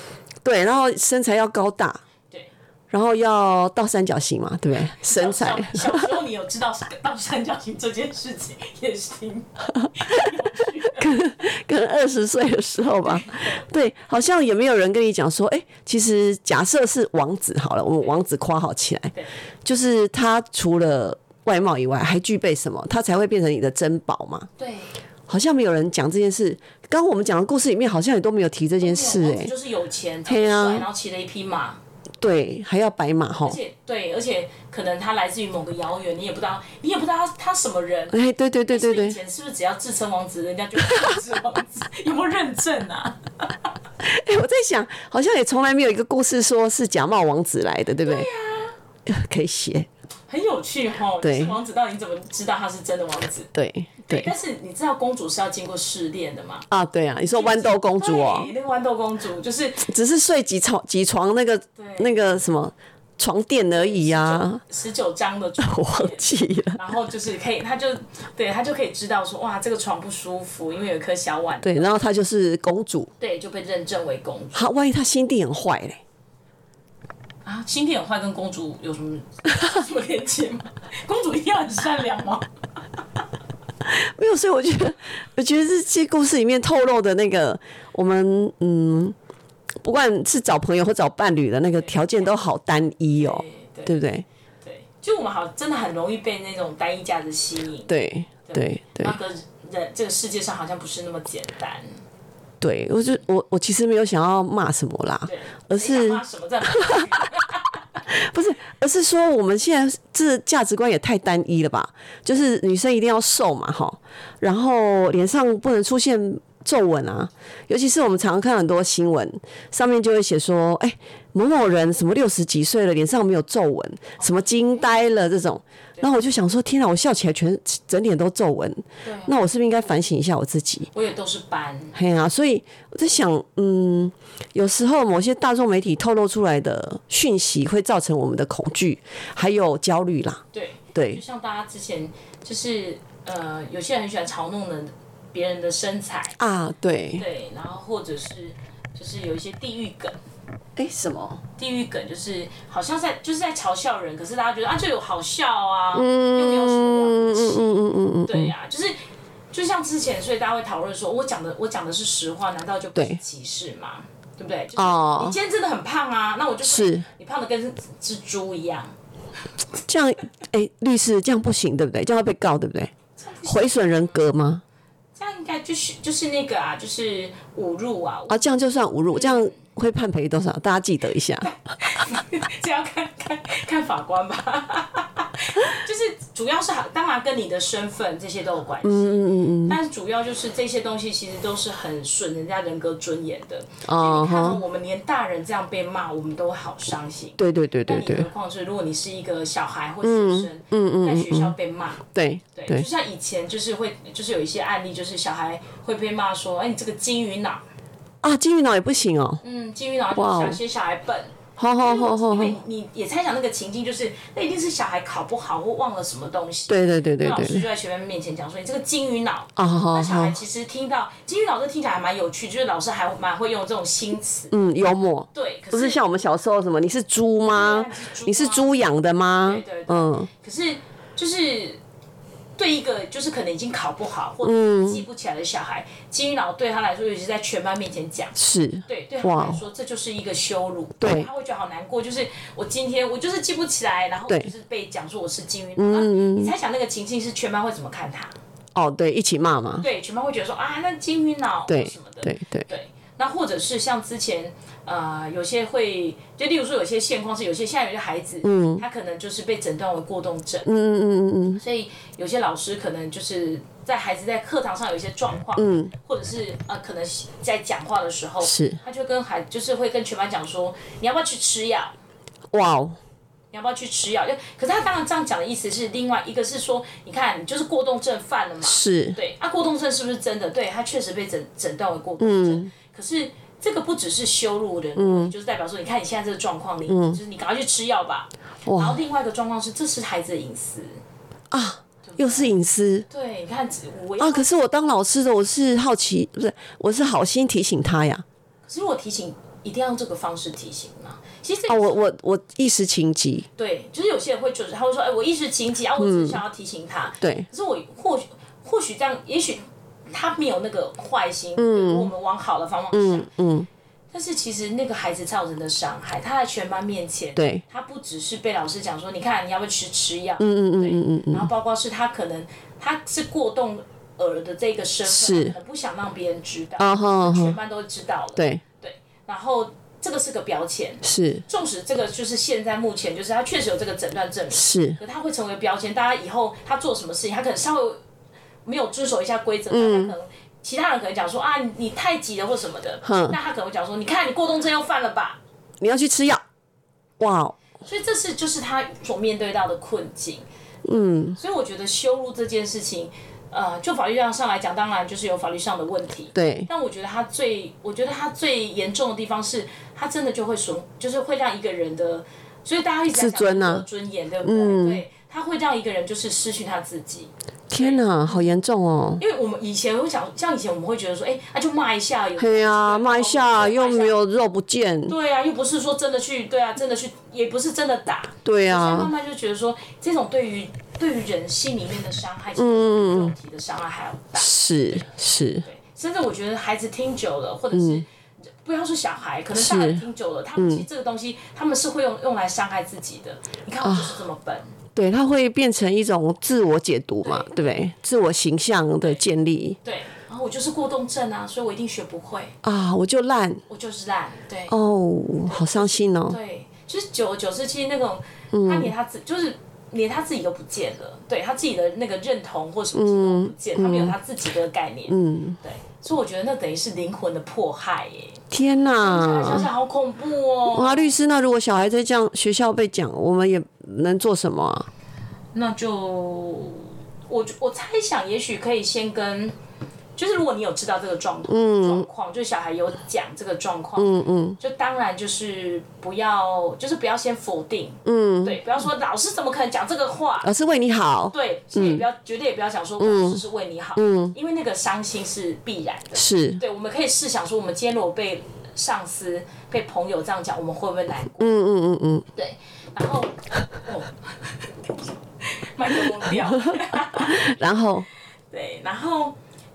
[SPEAKER 2] 对，然后身材要高大，
[SPEAKER 3] 对，
[SPEAKER 2] 然后要倒三角形嘛，对不对？身材
[SPEAKER 3] 小小小时候你有知道倒三角形这件事情也是挺
[SPEAKER 2] 跟二十岁的时 候吧，对，好像也没有人跟你讲说，哎、其实假设是王子好了，我们王子夸好起来，
[SPEAKER 3] 对
[SPEAKER 2] 就是他除了外貌以外，还具备什么，他才会变成你的珍宝嘛？
[SPEAKER 3] 对。
[SPEAKER 2] 好像没有人讲这件事。刚刚我们讲的故事里面，好像也都没有提这件事、
[SPEAKER 3] 没有
[SPEAKER 2] 诶
[SPEAKER 3] 王
[SPEAKER 2] 哎
[SPEAKER 3] 子，就是有钱，长
[SPEAKER 2] 嘿
[SPEAKER 3] 得
[SPEAKER 2] 啊
[SPEAKER 3] 帅，然后骑了一匹马，
[SPEAKER 2] 对，还要白马哈
[SPEAKER 3] 而。且对，而且可能他来自于某个遥远，你也不知道，你也不知道他他什么人。
[SPEAKER 2] 哎，对对对对
[SPEAKER 3] 以
[SPEAKER 2] 对，
[SPEAKER 3] 前是不是只要自称王子，人家就自称王 子？有没有认证啊？
[SPEAKER 2] 哎，我在想，好像也从来没有一个故事说是假冒王子来的，对不对？啊 可以写，
[SPEAKER 3] 很有趣哈。
[SPEAKER 2] 对
[SPEAKER 3] 就是王子到底你怎么知道他是真的王子？
[SPEAKER 2] 对对
[SPEAKER 3] 但是你知道公主是要经过试炼的嘛？
[SPEAKER 2] 啊，对啊，你说豌豆公主哦
[SPEAKER 3] 对，那个豌豆公主就是
[SPEAKER 2] 只是睡几床几床那个那个什么床垫而已啊，
[SPEAKER 3] 十九章 的主
[SPEAKER 2] 我忘记了。
[SPEAKER 3] 然后就是可以，她就对她就可以知道说，哇，这个床不舒服，因为有一颗小碗，
[SPEAKER 2] 对，然后她就是公主，
[SPEAKER 3] 对，就被认证为公主。
[SPEAKER 2] 她万一她心地很坏嘞，
[SPEAKER 3] 啊，心地很坏跟公主有什么什么连接 吗？公主一定要很善良吗？
[SPEAKER 2] 没有，所以我觉得，我觉得这些故事里面透露的那个，我们嗯，不管是找朋友或找伴侣的那个条件都好单一哦，
[SPEAKER 3] 对
[SPEAKER 2] 对
[SPEAKER 3] 对
[SPEAKER 2] 不对？
[SPEAKER 3] 对，就我们好真的很容易被那种单一价值吸引，
[SPEAKER 2] 对对对
[SPEAKER 3] 那个人这个世界上好像不是那么简单。
[SPEAKER 2] 对，我就我我其实没有想要骂什么啦，
[SPEAKER 3] 对，
[SPEAKER 2] 而
[SPEAKER 3] 谁
[SPEAKER 2] 是
[SPEAKER 3] 想骂什么在
[SPEAKER 2] 不是，而是说我们现在这价值观也太单一了吧？就是女生一定要瘦嘛，哈，然后脸上不能出现皱纹啊，尤其是我们常常看很多新闻，上面就会写说，哎、某某人什么六十几岁了，脸上没有皱纹，什么惊呆了这种。然后我就想说，天哪，我笑起来全整脸都皱纹，那我是不是应该反省一下我自己？
[SPEAKER 3] 我也都是班，
[SPEAKER 2] 嘿啊，所以我在想，嗯，有时候某些大众媒体透露出来的讯息会造成我们的恐惧，还有焦虑啦。
[SPEAKER 3] 对，就
[SPEAKER 2] 对
[SPEAKER 3] 像大家之前就是呃，有些人很喜欢嘲弄人别人的身材，
[SPEAKER 2] 啊，对，
[SPEAKER 3] 对，然后或者是就是有一些地域梗。
[SPEAKER 2] 哎，什么？
[SPEAKER 3] 地狱梗就是好像在就是在嘲笑人，可是大家觉得啊，就有好笑啊，又没有什么了不起，
[SPEAKER 2] 嗯嗯嗯嗯嗯嗯，
[SPEAKER 3] 对呀、就是就像之前，所以大家会讨论说，我讲的我讲的是实话，难道就不是
[SPEAKER 2] 对
[SPEAKER 3] 歧视吗？对不对？就是
[SPEAKER 2] 哦
[SPEAKER 3] 你今天真的很胖啊，那我就是你胖的跟只猪一样，
[SPEAKER 2] 这样，哎、律师这样不行，对不对？这样会被告，对不对？毁损人格吗？
[SPEAKER 3] 这样应该就是就是那个啊，就是侮辱啊，
[SPEAKER 2] 啊，这样就算侮辱，这样会判赔多少？大家记得一下。
[SPEAKER 3] 这要看看看法官吧。就是主要是当然跟你的身份这些都有关系，嗯嗯嗯但是主要就是这些东西其实都是很损人家人格尊严的。
[SPEAKER 2] 哦
[SPEAKER 3] 你看到我们连大人这样被骂，我们都好伤心。
[SPEAKER 2] 对对对对
[SPEAKER 3] 更
[SPEAKER 2] 对
[SPEAKER 3] 何况是如果你是一个小孩或学生，在学校被骂，
[SPEAKER 2] 对
[SPEAKER 3] 嗯对，就
[SPEAKER 2] 对，
[SPEAKER 3] 像以前就是会就是有一些案例，就是小孩会被骂说，哎、你这个金鱼脑，
[SPEAKER 2] 啊，金鱼脑也不行哦。
[SPEAKER 3] 嗯，金鱼脑，
[SPEAKER 2] 哇哦
[SPEAKER 3] 小些小孩笨。
[SPEAKER 2] 好好好好
[SPEAKER 3] 因
[SPEAKER 2] 好，
[SPEAKER 3] 为你也猜想那个情境，就是那一定是小孩考不好或忘了什么东西。
[SPEAKER 2] 对对对对
[SPEAKER 3] 那老师
[SPEAKER 2] 对，
[SPEAKER 3] 就在学生面前讲说：“你这个金鱼脑。”
[SPEAKER 2] 啊好好
[SPEAKER 3] 那小孩
[SPEAKER 2] 好，
[SPEAKER 3] 其实听到金鱼脑，这听起来还蛮有趣，就是老师还蛮会用这种新词。
[SPEAKER 2] 嗯，幽默。
[SPEAKER 3] 对，可
[SPEAKER 2] 不是
[SPEAKER 3] 是
[SPEAKER 2] 像我们小时候什么，你是猪吗
[SPEAKER 3] 对啊？
[SPEAKER 2] 你是猪养的吗
[SPEAKER 3] 对对？对
[SPEAKER 2] 嗯，
[SPEAKER 3] 可是就是对一个就是可能已经考不好或
[SPEAKER 2] 嗯
[SPEAKER 3] 者记不起来的小孩，金鱼脑对他来说，尤其是在全班面前讲，
[SPEAKER 2] 是，
[SPEAKER 3] 对，对他
[SPEAKER 2] 哇
[SPEAKER 3] 来说这就是一个羞辱，
[SPEAKER 2] 对
[SPEAKER 3] 他会觉得好难过。就是我今天我就是记不起来，然后我
[SPEAKER 2] 对
[SPEAKER 3] 就是被讲说我是金鱼脑。嗯你猜想那个情境是全班会怎么看他？
[SPEAKER 2] 哦，对，一起骂嘛，
[SPEAKER 3] 对，全班会觉得说啊，那金鱼脑
[SPEAKER 2] 对
[SPEAKER 3] 什么的。
[SPEAKER 2] 对对，
[SPEAKER 3] 对那或者是像之前呃，有些会就例如说有些现况是有些现在有些孩子，嗯，他可能就是被诊断为过动症，嗯嗯嗯嗯，所以有些老师可能就是。在孩子在课堂上有一些状况，嗯，或者是呃，可能在讲话的时候，
[SPEAKER 2] 是，
[SPEAKER 3] 他就跟孩就是会跟全班讲说，你要不要去吃药？
[SPEAKER 2] 哇哦，
[SPEAKER 3] 你要不要去吃药？就可是他当然这样讲的意思是另外一个是说，你看你就是过动症犯了嘛，
[SPEAKER 2] 是，
[SPEAKER 3] 对，啊，过动症是不是真的？对，他确实被诊诊断为过动症。
[SPEAKER 2] 嗯
[SPEAKER 3] 可是这个不只是羞辱人，就是代表说，你看你现在这个状况，你、
[SPEAKER 2] 嗯
[SPEAKER 3] 就是你赶快去吃药吧。然后另外一个状况是，这是孩子的隐私。
[SPEAKER 2] 啊又是隐私
[SPEAKER 3] 对，你看我
[SPEAKER 2] 啊。可是我当老师的，我是好奇，不是，我是好心提醒他呀。
[SPEAKER 3] 可是我提醒，一定要用这个方式提醒嘛。其实这
[SPEAKER 2] 啊，
[SPEAKER 3] 个
[SPEAKER 2] 我我我一时情急，
[SPEAKER 3] 对，就是有些人会就是他会说，哎、我一时情急啊，我
[SPEAKER 2] 嗯
[SPEAKER 3] 只是想要提醒他。
[SPEAKER 2] 对，
[SPEAKER 3] 可是我或许或许这样，也许他没有那个坏心，嗯，我们往好的方向想，嗯。但是其实那个孩子造成的伤害，他在全班面前，
[SPEAKER 2] 对，
[SPEAKER 3] 他不只是被老师讲说，你看你要不要吃吃药，嗯嗯嗯嗯然后包括是他可能他是过动儿的这个身份，
[SPEAKER 2] 是
[SPEAKER 3] 可能不想让别人知道，
[SPEAKER 2] 啊哈
[SPEAKER 3] 全
[SPEAKER 2] 哈，
[SPEAKER 3] 班都知道了，
[SPEAKER 2] 对，
[SPEAKER 3] 对，然后这个是个标签，
[SPEAKER 2] 是
[SPEAKER 3] 纵使这个就是现在目前就是他确实有这个诊断证明，
[SPEAKER 2] 是，
[SPEAKER 3] 可他会成为标签，大家以后他做什么事情，他可能稍微没有遵守一下规则，他可能其他人可能讲说啊，你你太急了或什么的，
[SPEAKER 2] 嗯
[SPEAKER 3] 那他可能会讲说，你看你过动症又犯了吧，
[SPEAKER 2] 你要去吃药，哇哦，
[SPEAKER 3] 所以这是就是他所面对到的困境。嗯，所以我觉得羞辱这件事情，呃，就法律上上来讲，当然就是有法律上的问题。
[SPEAKER 2] 对，
[SPEAKER 3] 但我觉得他最，我觉得他最严重的地方是，他真的就会损，就是会让一个人的，所以大家一直在讲
[SPEAKER 2] 自尊啊嗯
[SPEAKER 3] 人格尊严，对不对？对，他会让一个人就是失去他自己。
[SPEAKER 2] 天哪，好严重哦。
[SPEAKER 3] 因为我们以前会想，像以前我们会觉得说，哎、那、就骂一下，有
[SPEAKER 2] 对呀，骂一下又没有肉不见，
[SPEAKER 3] 对啊，又不是说真的去，对啊，真的去，也不是真的打。
[SPEAKER 2] 对啊
[SPEAKER 3] 现在慢
[SPEAKER 2] 呀，
[SPEAKER 3] 慢就觉得说，这种对于对于人心里面的伤害，其
[SPEAKER 2] 嗯
[SPEAKER 3] 实比肉体的伤害还要大。
[SPEAKER 2] 是是，
[SPEAKER 3] 对，甚至我觉得孩子听久了，或者是、不要说小孩，可能大人
[SPEAKER 2] 嗯是嗯
[SPEAKER 3] 听久了，他们其实这个东西，他们是会用用来伤害自己的。你看我就是这么笨，
[SPEAKER 2] 对，它会变成一种自我解读嘛，对不对？自我形象的建立
[SPEAKER 3] 对，然后我就是过动症啊，所以我一定学不会，
[SPEAKER 2] 啊，我就烂
[SPEAKER 3] 我就是烂，对，
[SPEAKER 2] 哦，好伤心哦。
[SPEAKER 3] 对，就是久而久之，其实那种
[SPEAKER 2] 嗯
[SPEAKER 3] 他连他自、就是。连他自己都不见了，对他自己的那个认同或什么其实都不
[SPEAKER 2] 嗯
[SPEAKER 3] 见，他没有他自己的概念，嗯，对，所以我觉得那等于是灵魂的迫害耶，
[SPEAKER 2] 天
[SPEAKER 3] 想
[SPEAKER 2] 哪！
[SPEAKER 3] 想好恐怖哦。
[SPEAKER 2] 哇，律师，那如果小孩在这样学校被讲，我们也能做什么啊？
[SPEAKER 3] 那就我我猜想，也许可以先跟，就是如果你有知道这个状况、状况，就小孩有讲这个状况，嗯嗯，就当然就是不要，就是不要先否定，嗯，呃对，不要说老师怎么可能讲这个话。
[SPEAKER 2] 老师为你好，
[SPEAKER 3] 对，所以也不要，绝对也不要想说老师是为你好，嗯，因为那个伤心是必然的。
[SPEAKER 2] 是
[SPEAKER 3] 对，我们可以试想说，我们今天如果被上司、被朋友这样讲，我们会不会难过？嗯嗯嗯嗯。对，然后哦，麦克风掉。
[SPEAKER 2] 然后
[SPEAKER 3] 对，然后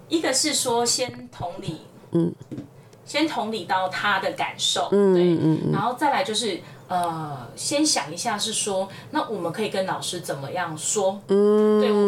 [SPEAKER 3] 一个是说先同理，嗯，先同理到他的感受，嗯对，嗯然后再来就是呃，先想一下是说，那我们可以跟老师怎么样说？嗯，对我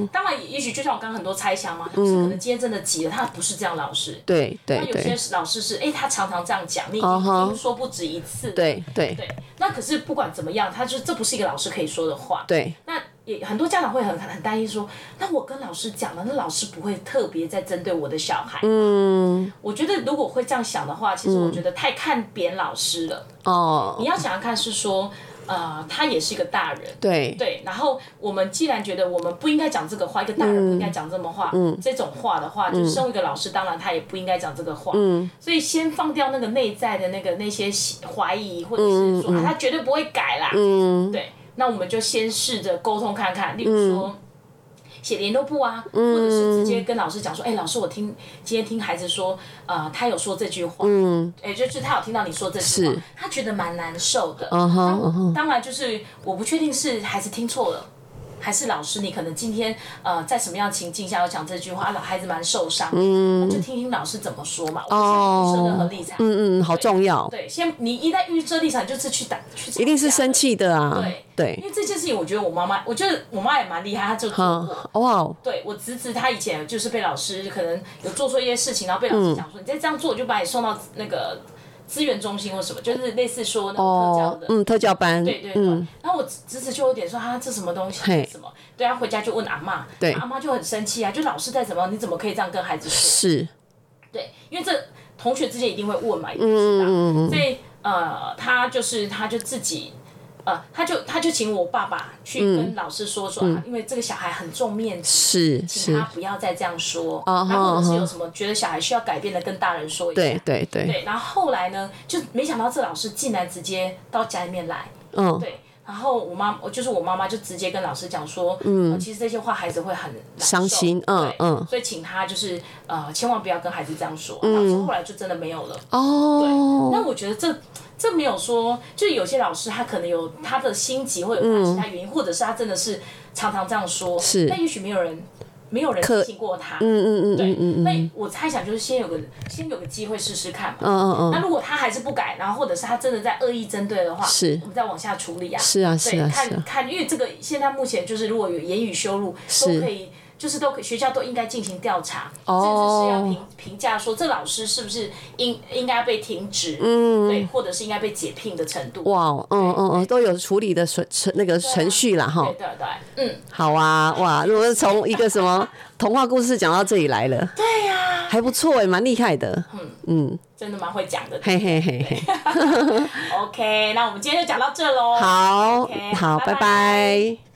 [SPEAKER 3] 我当然也许就像我刚刚很多猜想嘛，就是可能今天真的急了，他不是这样老师。
[SPEAKER 2] 对对
[SPEAKER 3] 那有些
[SPEAKER 2] 对
[SPEAKER 3] 是老师是，哎、他常常这样讲，你已
[SPEAKER 2] 哦哈
[SPEAKER 3] 经听说不止一次。
[SPEAKER 2] 对对
[SPEAKER 3] 对，那可是不管怎么样，他就这不是一个老师可以说的话。
[SPEAKER 2] 对，
[SPEAKER 3] 那也很多家长会很很担心说，那我跟老师讲了，那老师不会特别在针对我的小孩。嗯，我觉得如果会这样想的话，其实
[SPEAKER 2] 嗯
[SPEAKER 3] 我觉得太看扁老师了。
[SPEAKER 2] 哦
[SPEAKER 3] 你，要想想看，是说，呃，他也是一个大人。
[SPEAKER 2] 对
[SPEAKER 3] 对，然后我们既然觉得我们不应该讲这个话，一个大人不应该讲这么话，
[SPEAKER 2] 嗯
[SPEAKER 3] 这种话的话，就身为一个老师，当然他也不应该讲这个话，
[SPEAKER 2] 嗯
[SPEAKER 3] 所以先放掉那个内在的那个那些怀疑，或者是
[SPEAKER 2] 嗯
[SPEAKER 3] 说、啊、他绝对不会改啦，对，那我们就先试着沟通看看，例如说。写联络簿啊，
[SPEAKER 2] 嗯
[SPEAKER 3] 或者是直接跟老师讲说，哎、老师，我听今天听孩子说，呃，他有说这句话，嗯，哎、就是他有听到你说这句话
[SPEAKER 2] 是，
[SPEAKER 3] 他觉得蛮难受的，
[SPEAKER 2] 嗯哼
[SPEAKER 3] 当
[SPEAKER 2] 嗯哼
[SPEAKER 3] 当然就是我不确定是孩子听错了。还是老师，你可能今天呃在什么样的情境下要讲这句话，啊老孩子蛮受伤，嗯，就听听老师怎么说嘛。我们先预设任何立场，
[SPEAKER 2] 哦嗯嗯，好重要，
[SPEAKER 3] 对，先你一旦预设立场，就是去打，去吵
[SPEAKER 2] 一定是
[SPEAKER 3] 架
[SPEAKER 2] 生
[SPEAKER 3] 的
[SPEAKER 2] 气的啊，
[SPEAKER 3] 因
[SPEAKER 2] 对，
[SPEAKER 3] 为这件事情，我觉得我妈妈，我觉得我妈也蛮厉害，她就做
[SPEAKER 2] 嗯
[SPEAKER 3] 过。，
[SPEAKER 2] 哇，
[SPEAKER 3] 对我侄子，他以前就是被老师可能有做错一些事情，然后被老师讲
[SPEAKER 2] 嗯
[SPEAKER 3] 说，你再这样做，我就把你送到那个资源中心或什么，就是类似说那种特教
[SPEAKER 2] 哦
[SPEAKER 3] 的，。
[SPEAKER 2] 嗯，特教班，
[SPEAKER 3] 对对对，
[SPEAKER 2] 嗯，
[SPEAKER 3] 然后我侄子就有点说啊，这什么东西
[SPEAKER 2] 嘿
[SPEAKER 3] 什么？对他回家就问阿妈，
[SPEAKER 2] 对
[SPEAKER 3] 阿妈就很生气啊，就老师在怎么样，你怎么可以这样跟孩子说？
[SPEAKER 2] 是，
[SPEAKER 3] 对，因为这同学之间一定会问嘛，一定
[SPEAKER 2] 嗯
[SPEAKER 3] 知道，所以呃，他就是他就自己。呃，他就他就请我爸爸去跟老师说说、啊，因为这个小孩很重面子，
[SPEAKER 2] 是
[SPEAKER 3] 请
[SPEAKER 2] 嗯是
[SPEAKER 3] 他，不要再这样说，
[SPEAKER 2] 啊哈
[SPEAKER 3] 然后或者
[SPEAKER 2] 啊
[SPEAKER 3] 是
[SPEAKER 2] 哈
[SPEAKER 3] 有什么觉得小孩需要改变的，跟大人说一下。
[SPEAKER 2] 对对对，
[SPEAKER 3] 对，然后后来呢，就没想到这老师竟然直接到家里面来，
[SPEAKER 2] 嗯，
[SPEAKER 3] 对，然后我妈，我就是我妈妈，就直接跟老师讲说，嗯、其实这些话孩子会很难受
[SPEAKER 2] 伤心嗯
[SPEAKER 3] 对
[SPEAKER 2] 嗯
[SPEAKER 3] 所以请他就是呃，千万不要跟孩子这样说。老师后来就真的没有了。那
[SPEAKER 2] 哦，
[SPEAKER 3] 我觉得这这没有说，就是有些老师他可能有他的心急，或者有他其他原因，或者是他真的是常常这样说，
[SPEAKER 2] 嗯是
[SPEAKER 3] 但也许没有人。没有人
[SPEAKER 2] 可
[SPEAKER 3] 提醒过他，嗯嗯嗯，对，那我猜想就是先有个先有个机会试试看嘛，
[SPEAKER 2] 嗯嗯
[SPEAKER 3] 那
[SPEAKER 2] 嗯，
[SPEAKER 3] 如果他还是不改，然后或者是他真的在恶意针对的话，
[SPEAKER 2] 是
[SPEAKER 3] 我们再往下处理啊。
[SPEAKER 2] 是啊
[SPEAKER 3] 对
[SPEAKER 2] 是啊是
[SPEAKER 3] 看
[SPEAKER 2] 啊
[SPEAKER 3] 看，因为这个现在目前就是如果有言语羞辱，
[SPEAKER 2] 是
[SPEAKER 3] 都可以。就是都可以学校都应该进行调查，
[SPEAKER 2] 哦
[SPEAKER 3] 甚至是要评评价说这老师是不是应应该被停职，嗯，对，或者是应该被解聘的程度。
[SPEAKER 2] 哇，嗯嗯嗯，都有处理的程程那个程序啦，哈
[SPEAKER 3] 对，对对，嗯，
[SPEAKER 2] 好啊，哇！如果是从一个 什么童话故事讲到这里来了，对呀、还不错哎、蛮厉害的，
[SPEAKER 3] 嗯真的蛮会讲的。
[SPEAKER 2] 嘿嘿嘿嘿，
[SPEAKER 3] OK，那我们今天就讲到这喽。
[SPEAKER 2] 好
[SPEAKER 3] OK，
[SPEAKER 2] 好，
[SPEAKER 3] 拜拜
[SPEAKER 2] 拜拜